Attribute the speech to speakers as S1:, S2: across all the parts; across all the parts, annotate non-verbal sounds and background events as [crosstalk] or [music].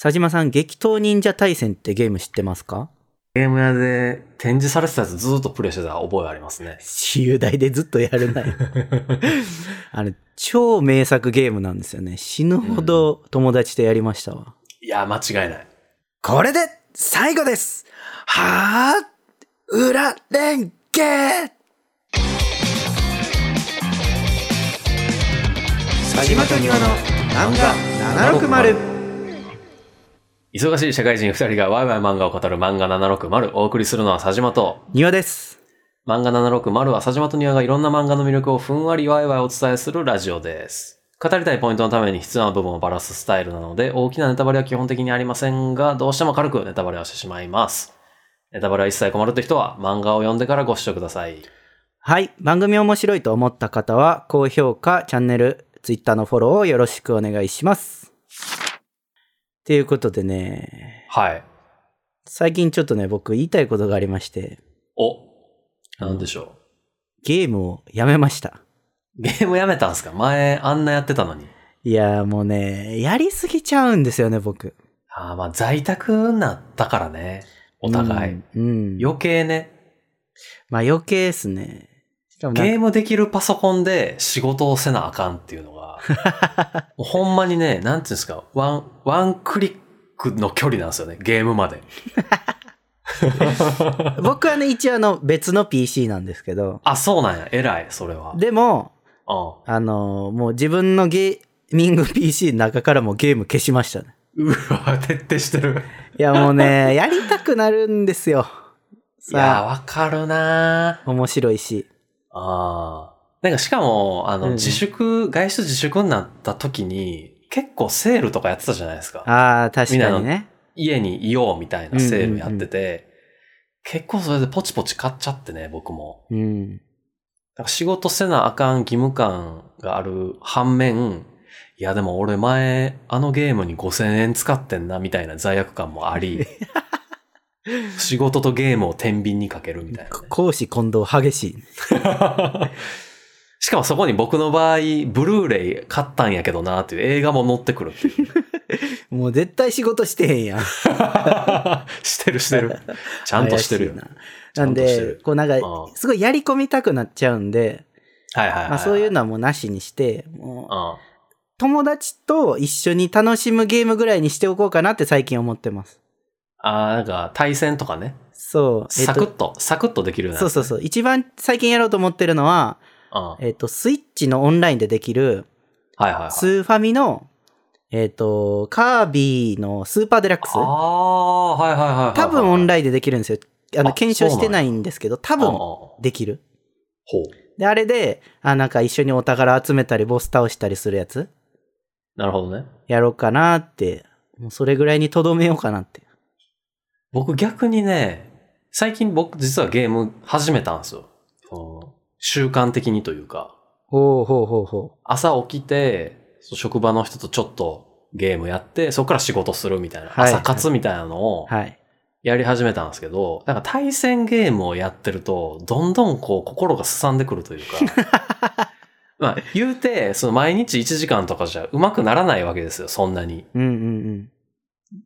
S1: 佐島さん、激闘忍者対戦ってゲーム知ってますか
S2: ゲーム屋で展示されてたやつずーっとプレイしてた覚えありますね。
S1: 私有大でずっとやるな
S3: [laughs]
S1: よ。あの、超名作ゲームなんですよね。死ぬほど友達とやりましたわ。
S2: いや、間違いない。
S3: これで最後ですはあ裏連携佐島と庭の漫画760
S2: 忙しい社会人二人がワイワイ漫画を語る漫画760お送りするのは佐島と。
S1: 庭です。
S2: 漫画760は佐島と庭がいろんな漫画の魅力をふんわりワイワイお伝えするラジオです。語りたいポイントのために必要な部分をバラすスタイルなので、大きなネタバレは基本的にありませんが、どうしても軽くネタバレをしてしまいます。ネタバレは一切困るって人は、漫画を読んでからご視聴ください。
S1: はい。番組面白いと思った方は、高評価、チャンネル、ツイッターのフォローをよろしくお願いします。ということでね、
S2: はい。
S1: 最近ちょっとね、僕言いたいことがありまして、
S2: お、なんでしょ
S1: ゲームをやめました。
S2: う。ゲームやめたんすか前、あんなやってたのに。
S1: いやーもうね、やりすぎちゃうんですよね、僕。
S2: ああ、まあ、在宅になったからね。お互い。
S1: うん。うん。
S2: 余計ね。
S1: まあ余計ですね。しかもなんか
S2: ゲームできるパソコンで仕事をせなあかんっていう
S1: [laughs]
S2: のが、もうほんまにね、なんていうんですか、ワン、ワンクリックの距離なんですよね、ゲームまで。
S1: 僕はね、一応あの別の PC なんですけど、
S2: あ、そうなんや、偉い、それは。
S1: でも、
S2: う
S1: あのーもう自分のゲーミング PC の中からもうゲーム消しましたね。
S2: ん。うわ、徹底して [laughs] る。
S1: いやもうね、 [laughs] やりたくなるんですよ。
S2: いや、
S1: さあ、
S2: わかるなぁ
S1: 面白いし。
S2: ああ。なんかしかも、あの、
S1: うん
S2: 自粛、外出自粛になった時に、結構セールとかやってたじゃないですか。
S1: ああ、確かにね。
S2: 家にいようみたいなセールやってて、結構それでポチポチ買っちゃってね、僕も。
S1: うん。
S2: なんか仕事せなあかん義務感がある反面、いやでも俺前、あのゲームに5000円使ってんなみたいな罪悪感も
S1: [laughs]
S2: あり、仕事とゲームを天秤にかけるみたいなね、
S1: 講師混同激しい。
S2: しかもそこに僕の場合、ブルーレイ買ったんやけどなっていう映画も乗ってくるっ
S1: [laughs]
S2: ていう。
S1: もう絶対仕事してへんやん。
S2: してるしてる。ちゃんとしてるよ。
S1: 怪しい
S2: ち
S1: な。な
S2: ゃ
S1: ん
S2: んとしてる
S1: で、こうなんか
S2: う、ん
S1: すごいやり込みたくなっちゃうんで、
S2: はいはいはい、
S1: まあそういう
S2: の。
S1: のはもうなしにして、もう
S2: うん
S1: 友達と一緒に楽しむゲームぐらいにしておこうかなって最近思ってます。
S2: ああ、なんか対戦とかね。
S1: そう。えっ
S2: サクッ
S1: と、
S2: と、サクッとできるような
S1: そうそうそう。一番最近やろうと思ってるのは、
S2: うん。はい
S1: えっと、スイッチのオンラインでできる、
S2: はいはい。
S1: スーファミの、えっ、と、カービィのスーパーデラックス
S2: あ。あ、はいはいはいはいはい。
S1: 多分オン
S2: イ
S1: ラインでできるんですよ。あの、
S2: あ
S1: 検証してないんですけど、多
S2: ン
S1: 分
S2: ほ
S1: できる。
S2: う。
S1: で、あれで、あ、なんか一緒にお宝集めたり、ボス倒したりするやつ、
S2: なるほどね。
S1: やろうかなって、もうそれぐらいにとどめようかなって。
S2: 僕逆にね、最近僕実はゲーム始めたんですよ。その習慣的にというか、
S1: ほうほうほうほ
S2: 朝起きて、そう職場の人とちょっとゲームやって、そこから仕事するみたいな、
S1: はい
S2: 朝活みたいなの
S1: う。
S2: を
S1: はい。
S2: やり始めたんですけど、なんか対戦ゲームをやってると、どんどんこう心がすさんでくるというか、
S1: [laughs]
S2: まあ言うて、その毎日1時間とかじゃ上手くならないわけですよ、そんなに。
S1: うんうん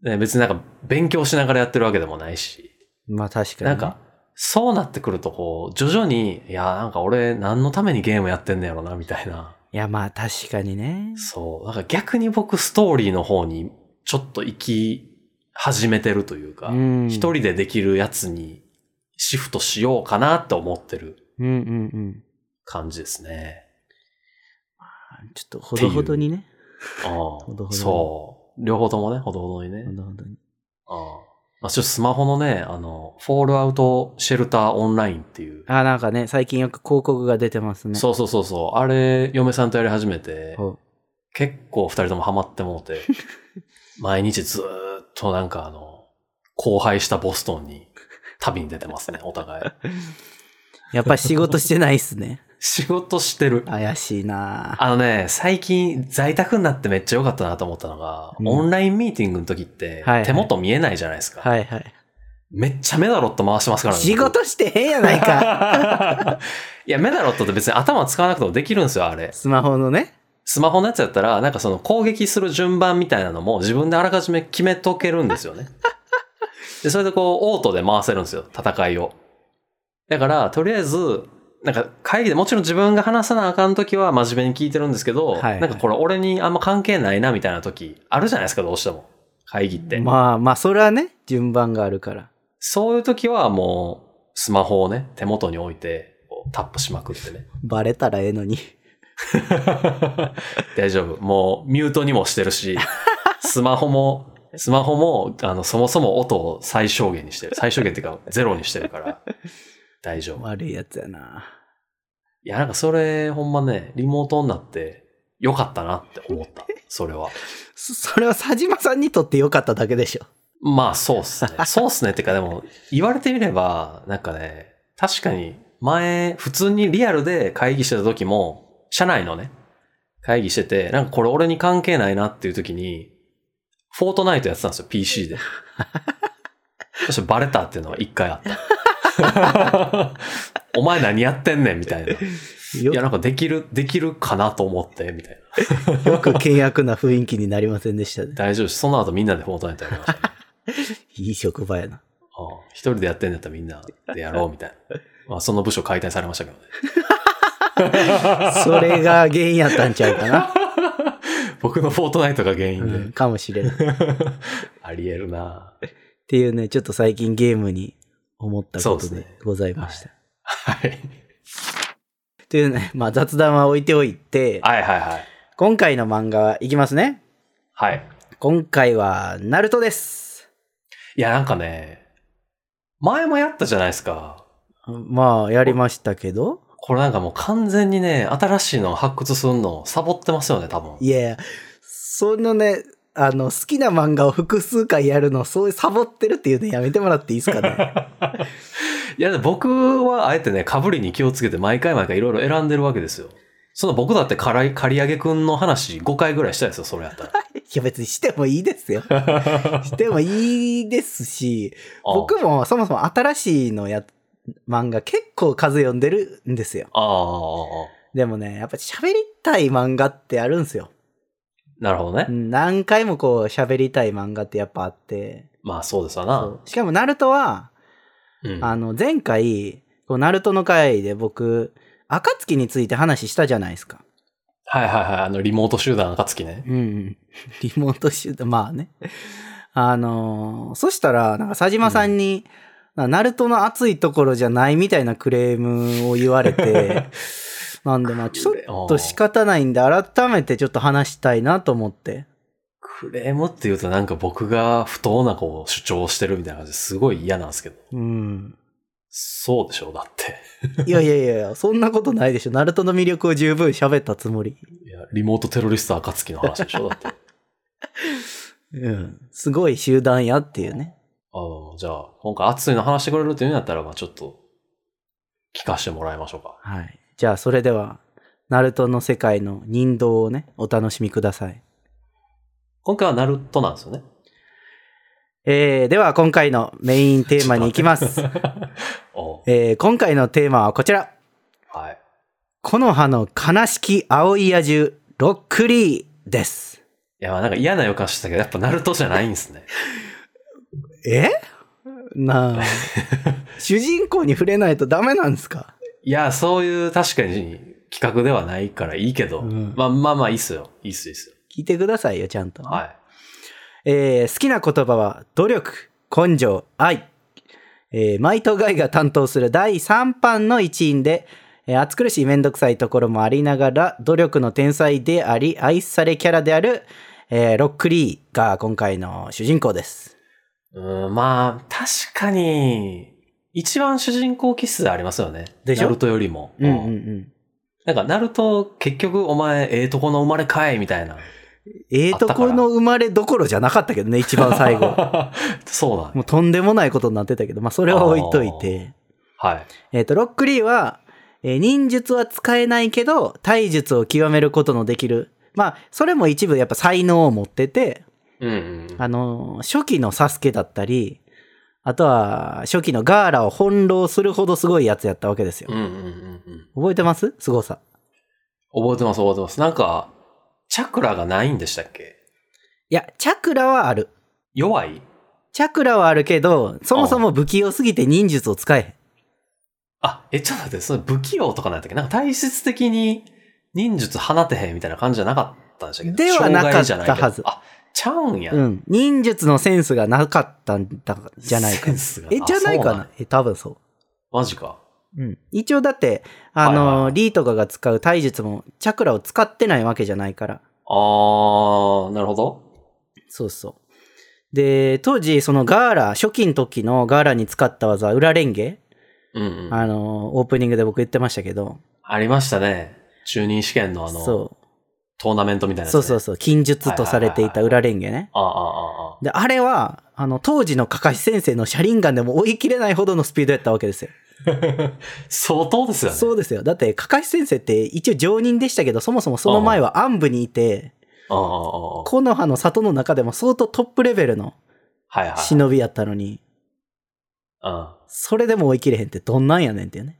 S2: ね、別になんか勉強しながらやってるわけでもないし、
S1: うん。まあ確かに、
S2: なんか、そうなってくるとこう、徐々に、いや、なんか俺何のためにゲームやってんねやろな、みたいな。
S1: いやまあ確かにね。
S2: そう。なんか逆に僕ストーリーの方にちょっと行き始めてるというか
S1: う、ん。
S2: 一、人でできるやつにシフトしようかなって思ってる
S1: うんうんうん。
S2: 感じですね。
S1: ちょっとほどほどにね。ほどほ
S2: う
S1: ど
S2: ん。そう。両方ともね、ほどほどにね。
S1: ほどほどに。
S2: あまあ、ちょっとスマホのね、あの、フォールアウトシェルターオンラインっていう、
S1: あ、なんかね、最近よく広告が出てますね。
S2: そうそうそうそう。あれ、嫁さんとやり始めて、
S1: ほう。
S2: 結構二人ともハマってもう
S1: [laughs]
S2: て、毎日ずーっとなんかあの、荒廃したボストンに旅に出てますね、お
S1: [laughs]
S2: 互い。
S1: やっぱ仕事してないっすね。
S2: 仕事してる。
S1: 怪しいなぁ
S2: あのね、最近在宅になってめっちゃ良かったなと思ったのが、
S1: うん
S2: オンラインミーティングの時って
S1: はいはい
S2: 手元見えないじゃないですか。
S1: はいはい。
S2: めっちゃメダロット回してますからね。僕
S1: 仕事してへんやないか。
S2: [laughs] いや、メダロットって別に頭使わなくてもできるんですよ、あれ。
S1: スマホのね。
S2: スマホのやつやったら、なんかその攻撃する順番みたいなのも自分であらかじめ決めとけるんですよね。 [laughs] で、それでこう、オートで回せるんですよ、戦いを。だから、とりあえず、なんか会議でもちろん自分が話さなあかん時は真面目に聞いてるんですけど、
S1: はいはい
S2: なんかこれ俺にあんま関係ないなみたいな時あるじゃないですか、どうしても。会議って。
S1: まあまあ、それはね、順番があるから。
S2: そういう時はもう、スマホをね、手元に置いて、こうタップしまくってね。
S1: バレたらええのに。
S2: 大丈夫。もう、ミュートにもしてるし、スマホも、スマホも、あの、そもそも音を最小限にしてる。最小限っていうか、ゼロにしてるから、大丈夫。
S1: 悪いやつやな。
S2: いや、なんかそれ、ほんまね、リモートになって、よかったなって思った。それは。
S1: そそれは佐島さんにとって良かっただけでしょ。
S2: まあ、そうっすね。そうっすね。ってか、でも、言われてみれば、なんかね、確かに、前、普通にリアルで会議してた時も、社内のね、会議してて、なんかこれ俺に関係ないなっていう時に、フォートナイトやってたんですよ、PC で。そしてバレたっていうのは一回あった。 [laughs] お前何やってんねんみたいな。い
S1: よ
S2: や、なんかできる、できるかなと思って、みたいな。
S1: よく険悪な雰囲気になりませんでしたね。
S2: 大丈夫です。その後みんなでフォートナイトやりましたね。
S1: いい職場やな。
S2: ああ一人でやってんだったらみんなでやろうみたい
S1: [laughs]
S2: な。まあ、その部署解体されましたけどね。 [laughs]
S1: それが原因やったんちゃうかな。
S2: 僕のフォートナイトが原因で。
S1: [laughs] うん、かもしれん。っ
S2: [laughs] ありえるな
S1: ていうね、ちょっと最近ゲームに思ったこ
S2: そうで
S1: と
S2: す
S1: で
S2: ね
S1: ございました。
S2: はい。
S1: というね、まあ雑談は置いておいて、
S2: はいはいはい。
S1: 今回の漫画はいきますね。
S2: はい。
S1: 今回は、ナルトです。
S2: いや、なんかね、前もやったじゃないですか。
S1: まあ、やりましたけど。
S2: これなんかもう完全にね、新しいのを発掘するのをサボってますよね、多分。
S1: いやいや、そのね、あの、好きな漫画を複数回やるの、そういうサボってるっていうのやめてもらっていいですか [laughs] ね。
S2: いや、僕はあえてね、被りに気をつけて毎回毎回いろいろ選んでるわけですよ。その僕だってからい、刈り上げくんの話5回ぐらいしたですよ、それやったら。
S1: いや、別にしてもいいですよ。 [laughs] してもいいですし、
S2: ああ
S1: 僕もそもそも新しいのや、漫画結構数読んでるんですよ。
S2: ああああ、ああ
S1: でもね、やっぱ喋りたい漫画ってあるんですよ。
S2: なるほどね。
S1: うん何回もこう喋りたい漫画ってやっぱあって。
S2: まあそうですわな。
S1: そうしかも、ナルトは、
S2: うん
S1: あの、前回、こうナルトの回で僕、暁について話したじゃないですか。
S2: はいはいはい。あの、リモート集団、暁ね。
S1: うんうん。 [laughs] リモート集団、まあね。あのーそしたら、なんか佐島さんに、ナルトの熱いところじゃないみたいなクレームを言われ [laughs] て、なんでまあちょっと仕方ないんで、改めてちょっと話したいなと思って。
S2: クレームって言うとなんか僕が不当なこう主張してるみたいな感じですごい嫌なんですけど。
S1: うん。
S2: そうでしょだって。
S1: いやいやいやいや、そんなことないでしょ。ナルトの魅力を十分喋ったつもり。
S2: いや、リモートテロリスト暁の話でしょ
S1: [laughs]
S2: だって。あ
S1: うん。すごい集団やっていうね。
S2: の、じゃあ、今回熱いの話してくれるっていうんだったら、まあちょっと、聞かしてもらいましょうか。
S1: はい。じゃあ、それでは、ナルトの世界の人道をね、お楽しみください。
S2: 今回はナルトなんです
S1: [laughs]
S2: よね。
S1: えーでは今回のメインテーマに行き
S2: [laughs]
S1: ます。
S2: おう
S1: えー今回のテーマはこちら。
S2: はい。
S1: 木の葉の悲しき青い野獣、ロックリーです。
S2: いや、まあなんか嫌な予感してたけど、やっぱナルトじゃないんですね。
S1: えなあ。主人公に触れないとダメなんですか
S2: いや、そういう確かに企画ではないからいいけど、
S1: うん
S2: まあまあまあいいっすよ。いいっすよ、いいっすよ。
S1: 聞いてくださいよ、ちゃんと。
S2: はい。
S1: えー好きな言葉は、努力、根性、愛。えーマイトガイが担当する第3版の一員で、えー、暑苦しいめんどくさいところもありながら、努力の天才であり、愛されキャラである、えーロックリーが今回の主人公です。
S2: うん、まあ、確かに、一番主人公気質ありますよね。
S1: でしょ
S2: ナルトよりも。
S1: うんうんう
S2: うん
S1: ん。
S2: なんか、ナルト、結局、お前、ええとこの生まれかい、みたいな。
S1: ええとこの生まれどころじゃなかったけどね、一番 [laughs] 最 [laughs] 後。。
S2: [laughs] そうなん
S1: も
S2: や
S1: うとんでもないことになってたけど、まあそれは置いといて。
S2: はい。
S1: えっ、と、ロックリーは、えー忍術は使えないけど、体術を極めることのできる。まあ、それも一部やっぱ才能を持ってて、
S2: うん、うん。
S1: あのー初期のサスケだったり、あとは、初期のガーラを翻弄するほどすごいやつやったわけですよ
S2: うん、う。ん、うんうん。
S1: 覚えてます凄さ。
S2: 覚えてます、覚えてます。なんか、チャクラがないんでしたっけ
S1: いや、チャクラはある。
S2: 弱い
S1: チャクラはあるけど、そもそも不器用すぎて忍術を使えへん。
S2: あ、え、ちょっと待って、それ不器用とかなんだっけなんか体質的に忍術放てへんみたいな感じじゃなかったんでしたっけ
S1: ではなかったはず
S2: 障害じゃないけどあ、ちゃうんや。
S1: うん。忍術のセンスがなかったんだじゃないか
S2: セ
S1: な
S2: [laughs] ン。スが
S1: え、じゃないか
S2: あそう
S1: なんえ、多分そ
S2: マジか。
S1: う。うん。一応だって、あの、
S2: はいはいはい
S1: リーとかが使う体術も、チャクラを使ってないわけじゃないから。
S2: あー、なるほど。
S1: そうそう。で、当時、そのガーラ、初期の時のガーラに使った技、裏レンゲ、
S2: うん、うん。
S1: あの、オープニングで僕言ってましたけど、
S2: ありましたね。中任試験のあの、
S1: そ、
S2: トーナメントみたいうなやつ、
S1: そ
S2: ね。
S1: うそうそう、禁術とされていた裏レンゲね。
S2: ああ、ああ、ああ。
S1: で、あれは、あの、当時のカカシ先生の車輪ガンでも追い切れないほどのスピードやったわけですよ。
S2: 相当ですよね。
S1: そうですよ。だって、カカシ先生って一応常任でしたけど、そもそもその前は暗部にいて、
S2: ああ、ああ、ああ
S1: 木の葉の里の中でも相当トップレベルの
S2: はいはい。
S1: 忍びやったのに、
S2: うん。
S1: それでも追い切れへんってどんなんやねんっていうね。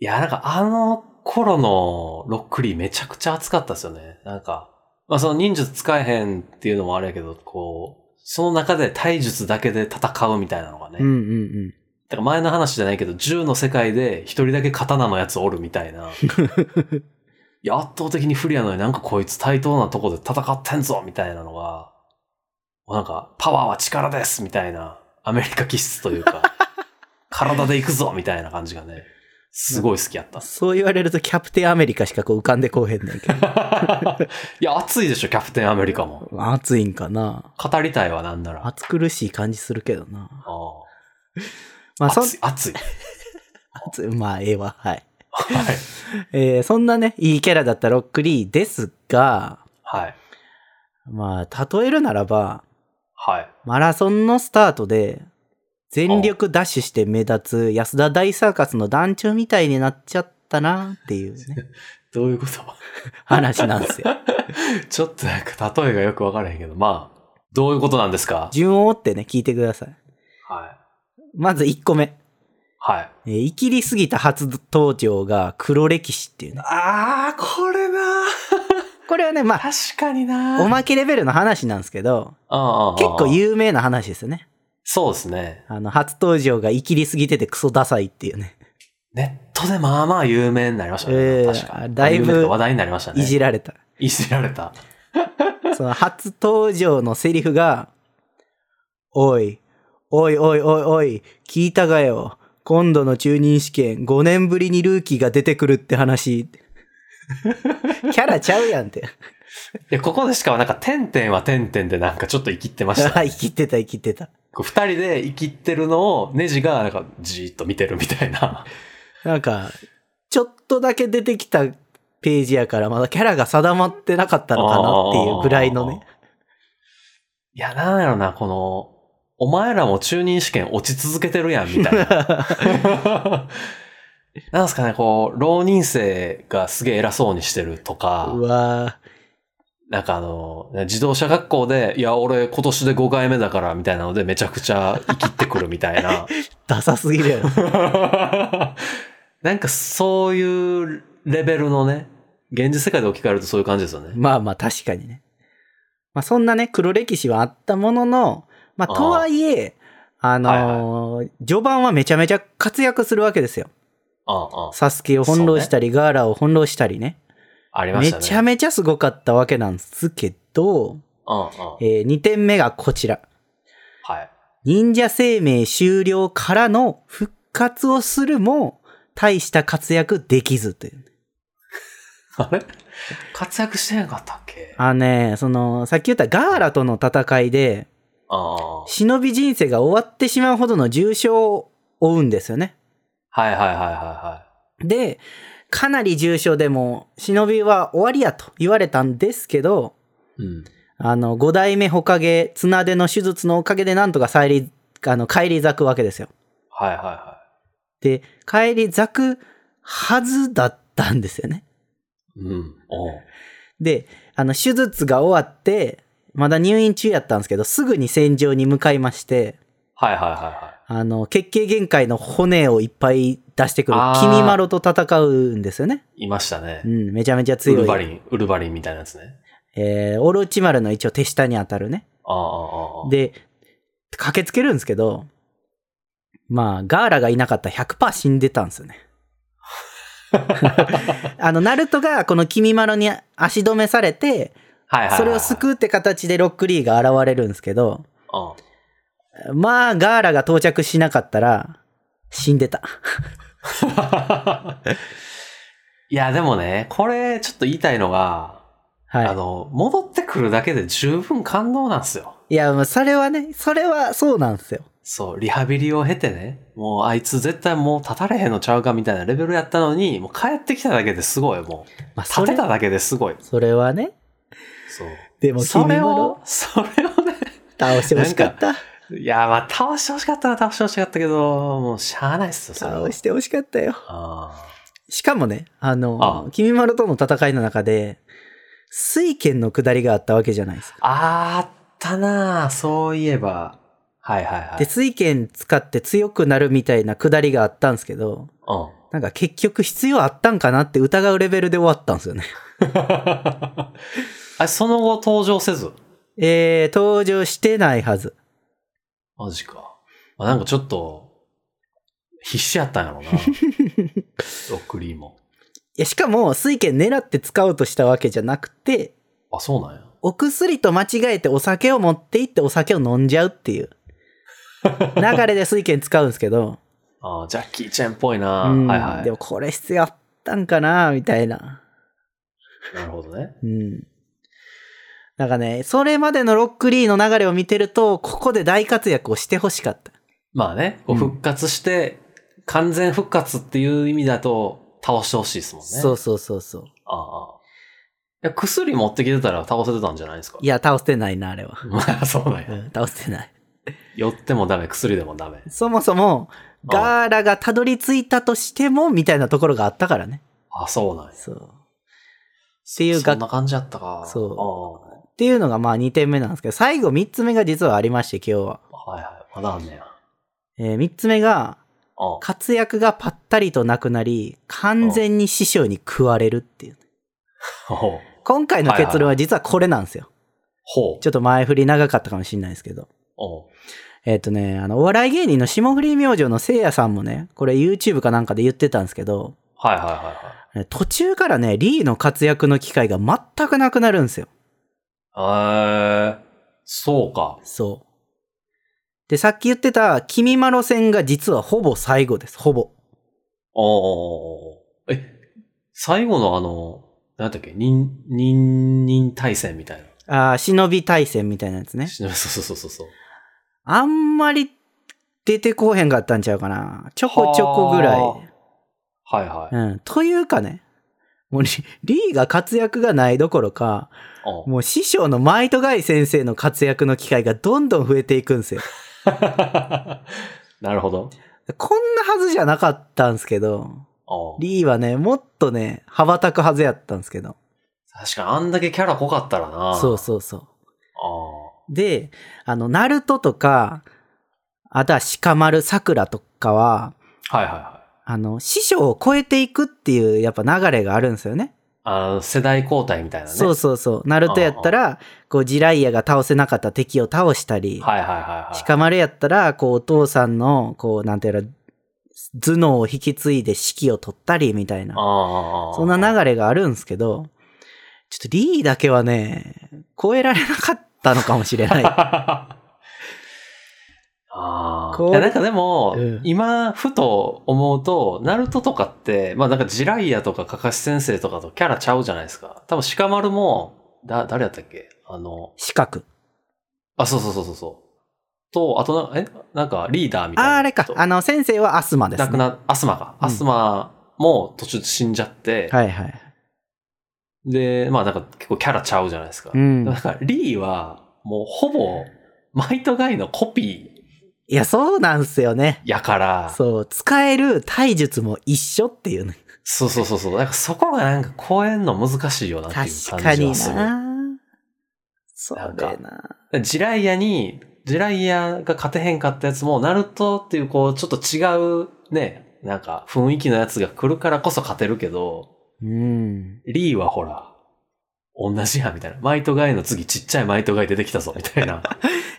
S2: いや、なんかあの頃のロックリーめちゃくちゃ熱かったですよね。なんか、まあその忍術使えへんっていうのもあれやけど、こう、その中で体術だけで戦うみたいなのがね。
S1: うんうんうん。
S2: だから前の話じゃないけど、銃の世界で一人だけ刀のやつおるみたい
S1: [laughs]
S2: な。いや、圧倒的に不利やのになんかこいつ対等なとこで戦ってんぞみたいなのが、もうなんか、パワーは力ですみたいな、アメリカ気質とい
S1: [laughs]
S2: うか、体で行くぞみたいな感じがね、すごい好きやったっす。
S1: そう言われるとキャプテンアメリカしかこう浮かんでこうへんねん
S2: [laughs]
S1: け
S2: いや、熱いでしょ、キャプテンアメリカも。
S1: ど。暑いんかな
S2: 語りたいわ、なんなら。あ
S1: 暑苦しい感じするけどな。
S2: あ
S1: まあ、そん、
S2: 熱い、熱い。
S1: 暑いまあ、ええわ。はい。
S2: はい。
S1: えーそんなね、いいキャラだったロックリーですが、
S2: はい。
S1: まあ、例えるならば、
S2: はい。
S1: マラソンのスタートで、全力ダッシュして目立つ安田大サーカスの団長みたいになっちゃったなっていう
S2: [laughs]
S1: ね、
S2: どういうこと
S1: 話なんですよ。
S2: ちょっとなんか例えがよくわからへんけど、まあ、どういうことなんですか
S1: 順を追ってね、聞いてください。
S2: はい。
S1: まず1個目。
S2: はい。
S1: えー、生きりすぎた初登場が黒歴史っていうね。
S2: ああ、これな
S1: これはね、まあ、
S2: 確かにな
S1: おまけレベルの話なんですけど、
S2: あ
S1: 結構有名な話ですよね。
S2: そうですね。
S1: あの、初登場が生きりすぎててクソダサいっていうね、
S2: ネットでまあまあ有名になりましたね。
S1: えー
S2: 確かに。
S1: だいぶ
S2: 有名とか話題になりましたね。
S1: いじられた。
S2: いじられた。
S1: その初登場のセリフが、おい、おいおいおいおい、聞いたがよ。今度の中任試験、5年ぶりにルーキーが出てくるって
S2: [laughs]
S1: 話。キャラちゃうやんって。
S2: いや、ここでしかもなんか、てんてんはてんてんでなんかちょっと生きって
S1: [laughs]
S2: ました、
S1: 生
S2: ね。
S1: きてた生きてた。
S2: こう二人で生きってるのを、ネジがなんか、じーっと見てるみたいな。
S1: なんか、ちょっとだけ出てきたページやから、まだキャラが定まってなかったのかなっていうぐらいのね。
S2: [laughs] いや、なんやろな、この、お前らも中任試験落ち続けてるやん、みたい
S1: [laughs]
S2: な。なんすかね、こう、浪人生がすげえ偉そうにしてるとか
S1: う、わ
S2: なんかあの、自動車学校で、いや、俺今年で5回目だから、みたいなので、めちゃくちゃ生きってくるみた
S1: [laughs]
S2: い
S1: ー
S2: な。
S1: ダサすぎるやろ。
S2: [laughs] なんかそういうレベルのね、現実世界で置き換えるとそういう感じですよね。
S1: [laughs] まあまあ確かにね。まあそんなね、黒歴史はあったものの、まあ
S2: あー
S1: とはいえ、あのー序盤はめちゃめちゃ活躍するわけですよ。
S2: ああ、ああ
S1: サスケを翻弄したり、ガーラを翻弄したりね。
S2: ありまし
S1: め
S2: たね。
S1: ちゃめちゃすごかったわけなんですけど、
S2: ああ、あ
S1: え2点目がこちら。
S2: あはい。
S1: 忍者生命終了からの復活をするも、大した活躍できずという。
S2: あれ活躍してなかったっけあ
S1: あのね、その、さっき言ったガーラとの戦いで、
S2: あ。
S1: 忍び人生が終わってしまうほどの重傷を負うんですよね。
S2: はいはいはいはいは
S1: で、かなり重傷でも、忍びは終わりやと言われたんですけど、
S2: い。うん。
S1: あの、五代目ほかげ、綱手の手術のおかげでなんとか再り、あの、帰り咲くわけですよ。
S2: はいはいは
S1: で、帰り咲くはずだったんですよね。
S2: い。うん。おう
S1: で、あの、手術が終わって、まだ入院中やったんですけど、すぐに戦場に向かいまして、
S2: はいはいはいは
S1: あの、血形限界の骨をいっぱい出してくる
S2: あー
S1: 君マロと戦うんですよね。
S2: い。いましたね
S1: う。ん、めちゃめちゃ
S2: ウ
S1: 強い。
S2: ルバリン、ウルバリンみたいなやつね。
S1: えー、オール内丸の一応手下に当たるね。
S2: ああ、ああ、ああ。
S1: で、駆けつけるんですけど、まあ、ガーラがいなかったら100%死んでたんですよ
S2: [laughs]
S1: ね。あの、ナルトがこの君まろに足止めされて、
S2: はいはいはいはい。
S1: それを救うって形でロックリーが現れるんですけど、
S2: うん。 [laughs]
S1: まあ、ガーラが到着しなかったら、死んでた。
S2: いや、でもね、これ、ちょっと言いたいのが、
S1: はい。
S2: あの、戻ってくるだけで十分感動なんですよ。
S1: いや、まあそれはね、それはそうなんですよ。
S2: そう、リハビリを経てね、もうあいつ絶対もう立たれへんのちゃうかみたいなレベルやったのに、もう帰ってきただけですごい、もう。
S1: まあ、それ
S2: 立てただけですごい。
S1: それはね、
S2: そう。
S1: でも
S2: そ
S1: 君
S2: れ
S1: も
S2: を、それをね、
S1: 倒してほしかった。
S2: いや、まあ、倒してほしかったら倒してほしかったけど、もうしゃあないっすよ、それは。
S1: 倒してほしかったよ。
S2: あ
S1: しかもね、あの、
S2: ああ
S1: 君丸との戦いの中で、水剣の下りがあったわけじゃないですか。
S2: ーあったなあそういえば。はいはいはい。
S1: で、水剣使って強くなるみたいな下りがあったんですけど、
S2: うん。 [laughs]
S1: なんか結局必要あったんかなって疑うレベルで終わったんですよね。
S2: あ、その後登場せず。
S1: えー、登場してないはず。
S2: マジか。あ、なんかちょっと、必死やったんやろう
S1: [laughs]
S2: な。ロックリーも。
S1: いや、しかも水剣狙って使おうとしたわけじゃなくて、
S2: あ、そうなんや。
S1: お薬と間違えてお酒を持って行ってお酒を飲んじゃうって
S2: [laughs]
S1: いう流れで水拳使うんですけど、
S2: あジャッキーチェンっぽいな。
S1: うん
S2: はいはい。
S1: でもこれ必要あったんかなみたいな。
S2: なるほどね。
S1: うん。なんかね、それまでのロックリーの流れを見てると、ここで大活躍をしてほしかった。
S2: まあね、こ
S1: う
S2: う
S1: ん
S2: 復活して、完全復活っていう意味だと、倒してほしいですもんね。
S1: そうそうそうそう。
S2: ああ。いや、薬持ってきてたら倒せてたんじゃないですか
S1: い。や、倒してないな、あれは。
S2: まあ、 [laughs] そうなん
S1: う
S2: や。
S1: ん、倒してない。
S2: 寄ってもダメ、薬でもダメ。
S1: そもそも、ガーラがたどり着いたとしても、みたいなところがあったからね。
S2: あ、そうなんや。
S1: そう。っていう
S2: そ
S1: が
S2: んな感じやったか。。
S1: そう
S2: ああ
S1: っていうのがまあ2点目なんですけど、最後3つ目が実はありまして、今日は。
S2: はいはい。まだあんねや。
S1: え3つ目が、
S2: あ
S1: 活躍がぱったりとなくなり、完全に師匠に食われるっていう。
S2: ほう。
S1: 今回の結論は実はこれなんですよ。
S2: ほう。
S1: ちょっと前振り長かったかもしれないですけど。
S2: おう
S1: えっ、とね、あの、お笑い芸人の霜降り明星のせいやさんもね、これ YouTube かなんかで言ってたんですけど、
S2: はいはいはいはい。
S1: え途中からね、リーの活躍の機会が全くなくなるんですよ。
S2: えー、そうか。
S1: そう。で、さっき言ってた、君まろ戦が実はほぼ最後です。ほぼ。
S2: おーえ、最後のあの、なんだっけ、忍、忍忍対戦みたいな。
S1: ああ、忍び対戦みたいなやつね。
S2: そうそうそうそう。
S1: あんまり出てこうへんかったんちゃうかな。ちょこちょこぐら
S2: はあ
S1: い。
S2: はいはい。
S1: うん。というかね、もうリリーが活躍がないどころか、
S2: おう
S1: もう師匠のマイトガイ先生の活躍の機会がどんどん増えていくんですよ。
S2: [laughs] なるほど。
S1: こんなはずじゃなかったんですけど、
S2: おう
S1: リーはね、もっとね、羽ばたくはずやったんですけど。
S2: 確かにあんだけキャラ濃かったらな。
S1: そう
S2: う。
S1: そうそう。
S2: あ
S1: で、あの、ナルトとか、あとは鹿丸桜とかは、
S2: あはいはいはい。
S1: あの、師匠を超えていくっていう、やっぱ流れがあるんですよね。
S2: あの世代交代みたいなね。
S1: そうそうそう。ナルトやったら、こう、ジライヤが倒せなかった敵を倒したり、
S2: はいはいはいはい。
S1: 鹿丸やったら、こう、お父さんの、こう、なんていうの、頭脳を引き継いで指揮を取ったり、みたいな。
S2: ああ。
S1: そんな流れがあるんですけど、ちょっとリーだけはね、超えられなかったのかもしれない。
S2: あ [laughs] あ
S1: こ
S2: ー。
S1: う
S2: いやなんかでも、
S1: うん
S2: 今、ふと思うと、ナルトとかって、まあなんかジライヤとかカカシ先生とかとキャラちゃうじゃないですか。多分鹿丸も、だ、誰やったっけあの、
S1: 四角。
S2: あ、そうそうそうそうそう。と、あとな、えなんかリーダーみたいな。
S1: あ、あれか。あの、先生はアスマです、
S2: 亡く
S1: ね。
S2: な、アスマか。アスマも途中で死んじゃって、
S1: はいはい。
S2: で、まあなんか結構キャラちゃうじゃないですか。
S1: うん
S2: だからリーは、もうほぼ、マイトガイのコピー
S1: いや、そうなんすよね。
S2: やから、
S1: そう、使える体術も一緒っていうね。
S2: そうそうそうそう。だからそこがなんか超えんの難しいよなっていう
S1: 確
S2: 感
S1: か
S2: じ
S1: に
S2: がする。
S1: な。そ
S2: なん
S1: れな。
S2: ジライヤに、ジライヤが勝てへんかったやつも、ナルトっていうこう、ちょっと違うね、なんか雰囲気のやつが来るからこそ勝てるけど、
S1: うん。
S2: リーはほら、同じや、みたいな。マイトガイの次ちっちゃいマイトガイ出てきたぞ、みた
S1: [laughs]
S2: いな。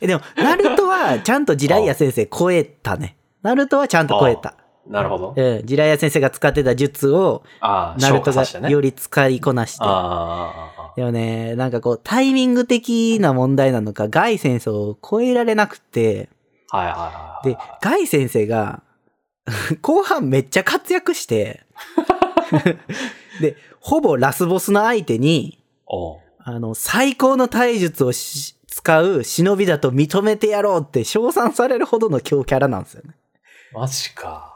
S1: えでも、ナルトはちゃんとジライア先生超えたね。ナルトはちゃんと超えた。
S2: なるほど。
S1: うん。ジライア先生が使ってた術を、
S2: ああ、
S1: ナ
S2: 消
S1: ルト
S2: 化
S1: が
S2: させてね。
S1: より使いこなして。
S2: あーあー、あーあ
S1: でもね、なんかこう、タイミング的な問題なのか、ガイ先生を超えられなくて、
S2: ーはいはいはいはい。
S1: で、ガイ先生が、 [laughs] 後半めっちゃ活躍して、 [laughs] で、ほぼラスボスの相手に、
S2: おう
S1: あの、最高の体術をし使う忍びだと認めてやろうって称賛されるほどの強キャラなんですよね。
S2: マジか。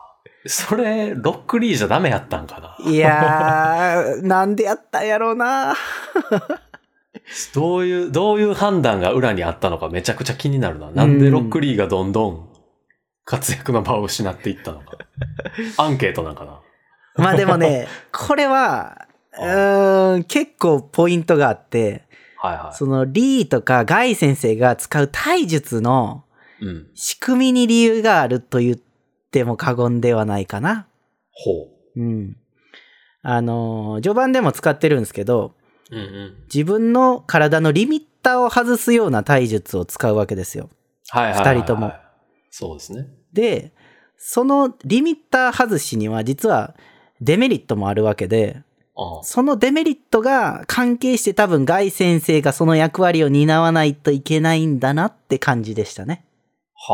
S2: それ、ロックリーじゃダメやったんかな。
S1: いやー、なんでやったんやろうな
S2: [laughs] どういう、どういう判断が裏にあったのかめちゃくちゃ気になるな。なんでロックリーがどんどん活躍の場を失っていったのか。
S1: [laughs]
S2: アンケートなんかな。
S1: まあでもね、これは、うーん、結構ポイントがあって、
S2: はいは
S1: そのリーとかガイ先生が使う体術の
S2: い。うん。
S1: 仕組みに理由があると言っても過言ではないかな。
S2: ほ
S1: うん。あのー、序盤でも使ってるんですけど、
S2: う。うんうん。
S1: 自分の体のリミッターを外すような体術を使うわけですよ。
S2: はいはいはいはい。
S1: 二人とも。
S2: そうですね。
S1: で、そのリミッター外しには実はデメリットもあるわけで、
S2: ああ
S1: そのデメリットが関係して多分ガイ先生がその役割を担わないといけないんだなって感じでしたね。
S2: はあ、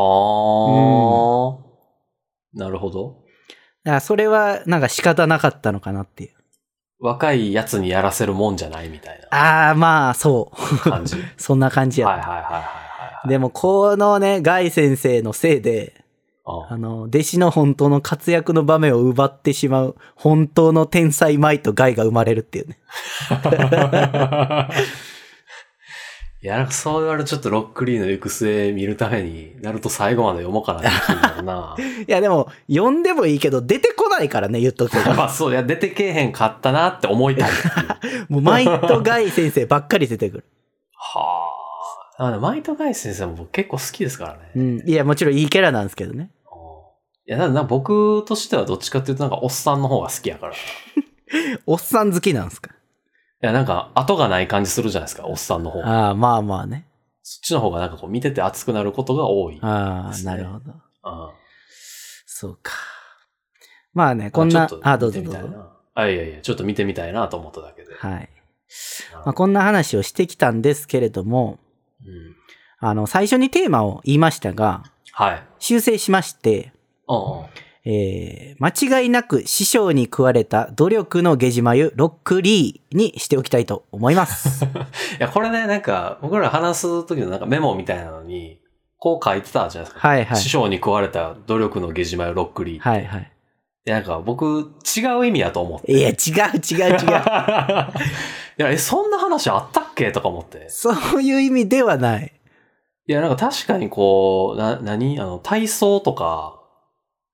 S2: なるほど。
S1: だからそれはなんか仕方なかったのかなっていう。
S2: 若いやつにやらせるもんじゃないみたいな
S1: ああ、まあそう。
S2: 感
S1: [laughs]
S2: じ。はい
S1: そんな感じや。
S2: はいはいはいはい。
S1: でもこのね、ガイ先生のせいで、
S2: あ
S1: あの、弟子の本当の活躍の場面を奪ってしまう、本当の天才マイとガイが生まれるっていうね。
S2: あいや、なんかそう言われるとちょっとロックリーの行く末見るために、なると最後まで読もうかなって気になるな。
S1: いやでも、呼んでもいいけど、出てこないからね、言っとく
S2: [laughs]
S1: けど。
S2: まあそう、いや、出てけえへんかったなって思いたいっ
S1: [laughs]
S2: ていう。
S1: もうマイとガイ先生ばっかり出てくる。
S2: はあ。あの、マイトガイ先生も僕結構好きですからね。
S1: うん。いや、もちろんいいキャラなんですけどね。
S2: いや、なんか僕としてはどっちかっていうとなんかおっさんの方が好きやから。い
S1: おっさん好きなんですか。
S2: や、なんか後がない感じするじゃないですか、おっさんの方。そっ
S1: ああ、まあまあね。
S2: ちの方がなんかこう見てて熱くなることが多い。
S1: あ
S2: で
S1: あ、
S2: すね
S1: なるほど。
S2: うん
S1: そうか。まあね、こんな
S2: ちょっ、と
S1: あ、どうぞ
S2: 見
S1: ど
S2: て
S1: う
S2: みたい
S1: ぞ。
S2: な。あ、いやいや、ちょっと見てみたいなと思っただけで。
S1: はい。
S2: なる
S1: まあ、
S2: ほど
S1: こんな話をしてきたんですけれども、
S2: うん
S1: あの、最初にテーマを言いましたが、
S2: はい。
S1: 修正しまして、
S2: うんうん。
S1: えー間違いなく師匠に食われた努力の下島湯ロックリーにしておきたいと思い [laughs] ます。
S2: いや、これね、なんか、僕ら話す時のなんかメモみたいなのに、こう書いてたじゃないですか。
S1: はいはい
S2: 師。匠に食われた努力の下島よロックリー。
S1: はいはい。
S2: いや、なんか僕、違う意味やと思って。
S1: いや、違う [laughs] 違う違 [laughs]
S2: [laughs]
S1: う。
S2: いや、え、そんな話あったっけとか思って。
S1: そういう意味ではない。
S2: いや、なんか確かにこう、な、何あの、体操とか、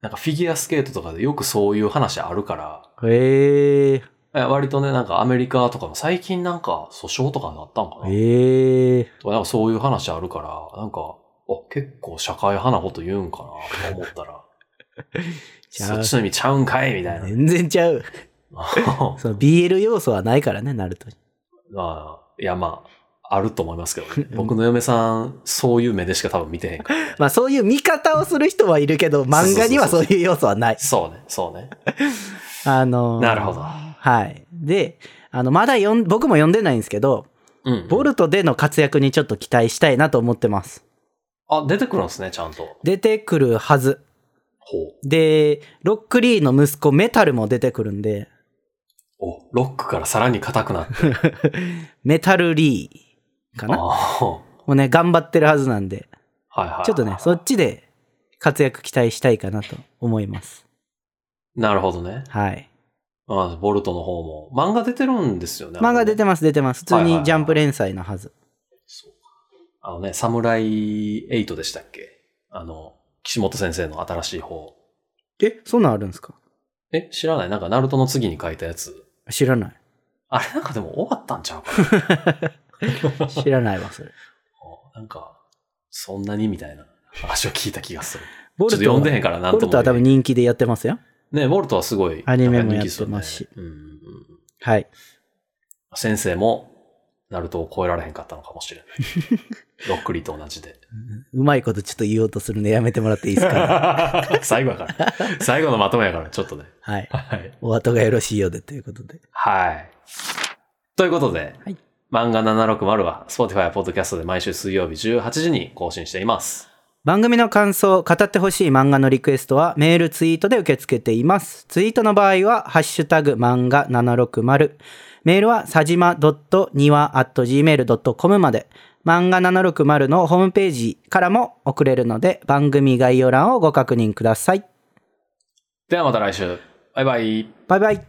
S2: なんかフィギュアスケートとかでよくそういう話あるから、
S1: へえ。
S2: いや割とね、なんかアメリカとかも最近なんか訴訟とかになったんかな、
S1: へえ。
S2: とかなんかそういう話あるから、なんか、あ、結構社会派なこと言うんかなと思った
S1: [laughs]
S2: ら、
S1: ちゃう
S2: そっちの意味ちゃうんかいみたいな。 [laughs]
S1: 全然ちゃう。
S2: ま
S1: その BL 要素はないからね、ナルトに。
S2: あ、いやまあ、あると思いますけ
S1: [laughs]
S2: どね。僕の嫁さん、そういう目でしか多分見てへんから。
S1: まあそういう見方をする人はいるけど、漫画にはそういう要素はない。
S2: そうね、そうね。
S1: あのー
S2: なるほど。
S1: はい。で、あの、まだ読ん、僕も読んでないんですけど、
S2: うん。
S1: ボルトでの活躍にちょっと期待したいなと思ってます。
S2: あ、出てくるんですね、ちゃんと。
S1: 出てくるはず。
S2: ほう。
S1: で、ロックリーの息子メタルも出てくるんで、
S2: お、ロックからさらに硬く
S1: [laughs]
S2: なって。
S1: メタルリーか
S2: あ
S1: なも
S2: あ、は
S1: うね、頑張ってるはずなんで、
S2: いはい。
S1: ちょっとね、そっちで活躍期待したいかなと思います。
S2: なるほどね。
S1: はい。
S2: まあ、ボルトの方も。漫画出てるんですよね。
S1: 漫画出
S2: る。
S1: てます、出てます。普通
S2: はいはいは
S1: に
S2: い
S1: ジャンプ連載のはず。
S2: そうあのね、サムライエイトでしたっけあの、岸本先生の新しい方。
S1: え、そんなんあるんですか
S2: え、知らないなんか、ナルトの次に書いたやつ。
S1: 知らない。
S2: あれなんかでも終わったんちゃうかな
S1: 知らないわ、
S2: [laughs]
S1: それ。
S2: なんか、そんなにみたいな話を聞いた気がする。
S1: ボ
S2: [laughs] ちょっと読んでへんからなん
S1: ボ
S2: と
S1: ル
S2: も
S1: トは
S2: 言えへ
S1: 多
S2: ん
S1: 分人気でやってますよ。
S2: ね、ボルトはすごい。
S1: アニメも
S2: なんか人気ですよね
S1: やってますし
S2: うんうんうん
S1: はい。
S2: 先生もナルトを超えられへんかったのかもしれない。 [laughs] ロックリと同じで。
S1: うまいことちょっと言おうとするのやめてもらっていいです
S2: [laughs]
S1: か
S2: 最後やから。最後のまとめやから、ちょっとね。
S1: はい。
S2: はい。
S1: お後がよろしいようでということで。
S2: はい。ということで、
S1: はい
S2: 漫画760は Spotify や Podcast で毎週水曜日18時に更新しています。
S1: 番組の感想、語ってほしい漫画のリクエストはメール、ツイートで受け付けています。ツイートの場合は、ハッシュタグ漫画760。メールは、さじま .niwa.gmail.com まで。漫画760のホームページからも送れるので、番組概要欄をご確認ください。
S2: ではまた来週。バイバイ。
S1: バイバイ。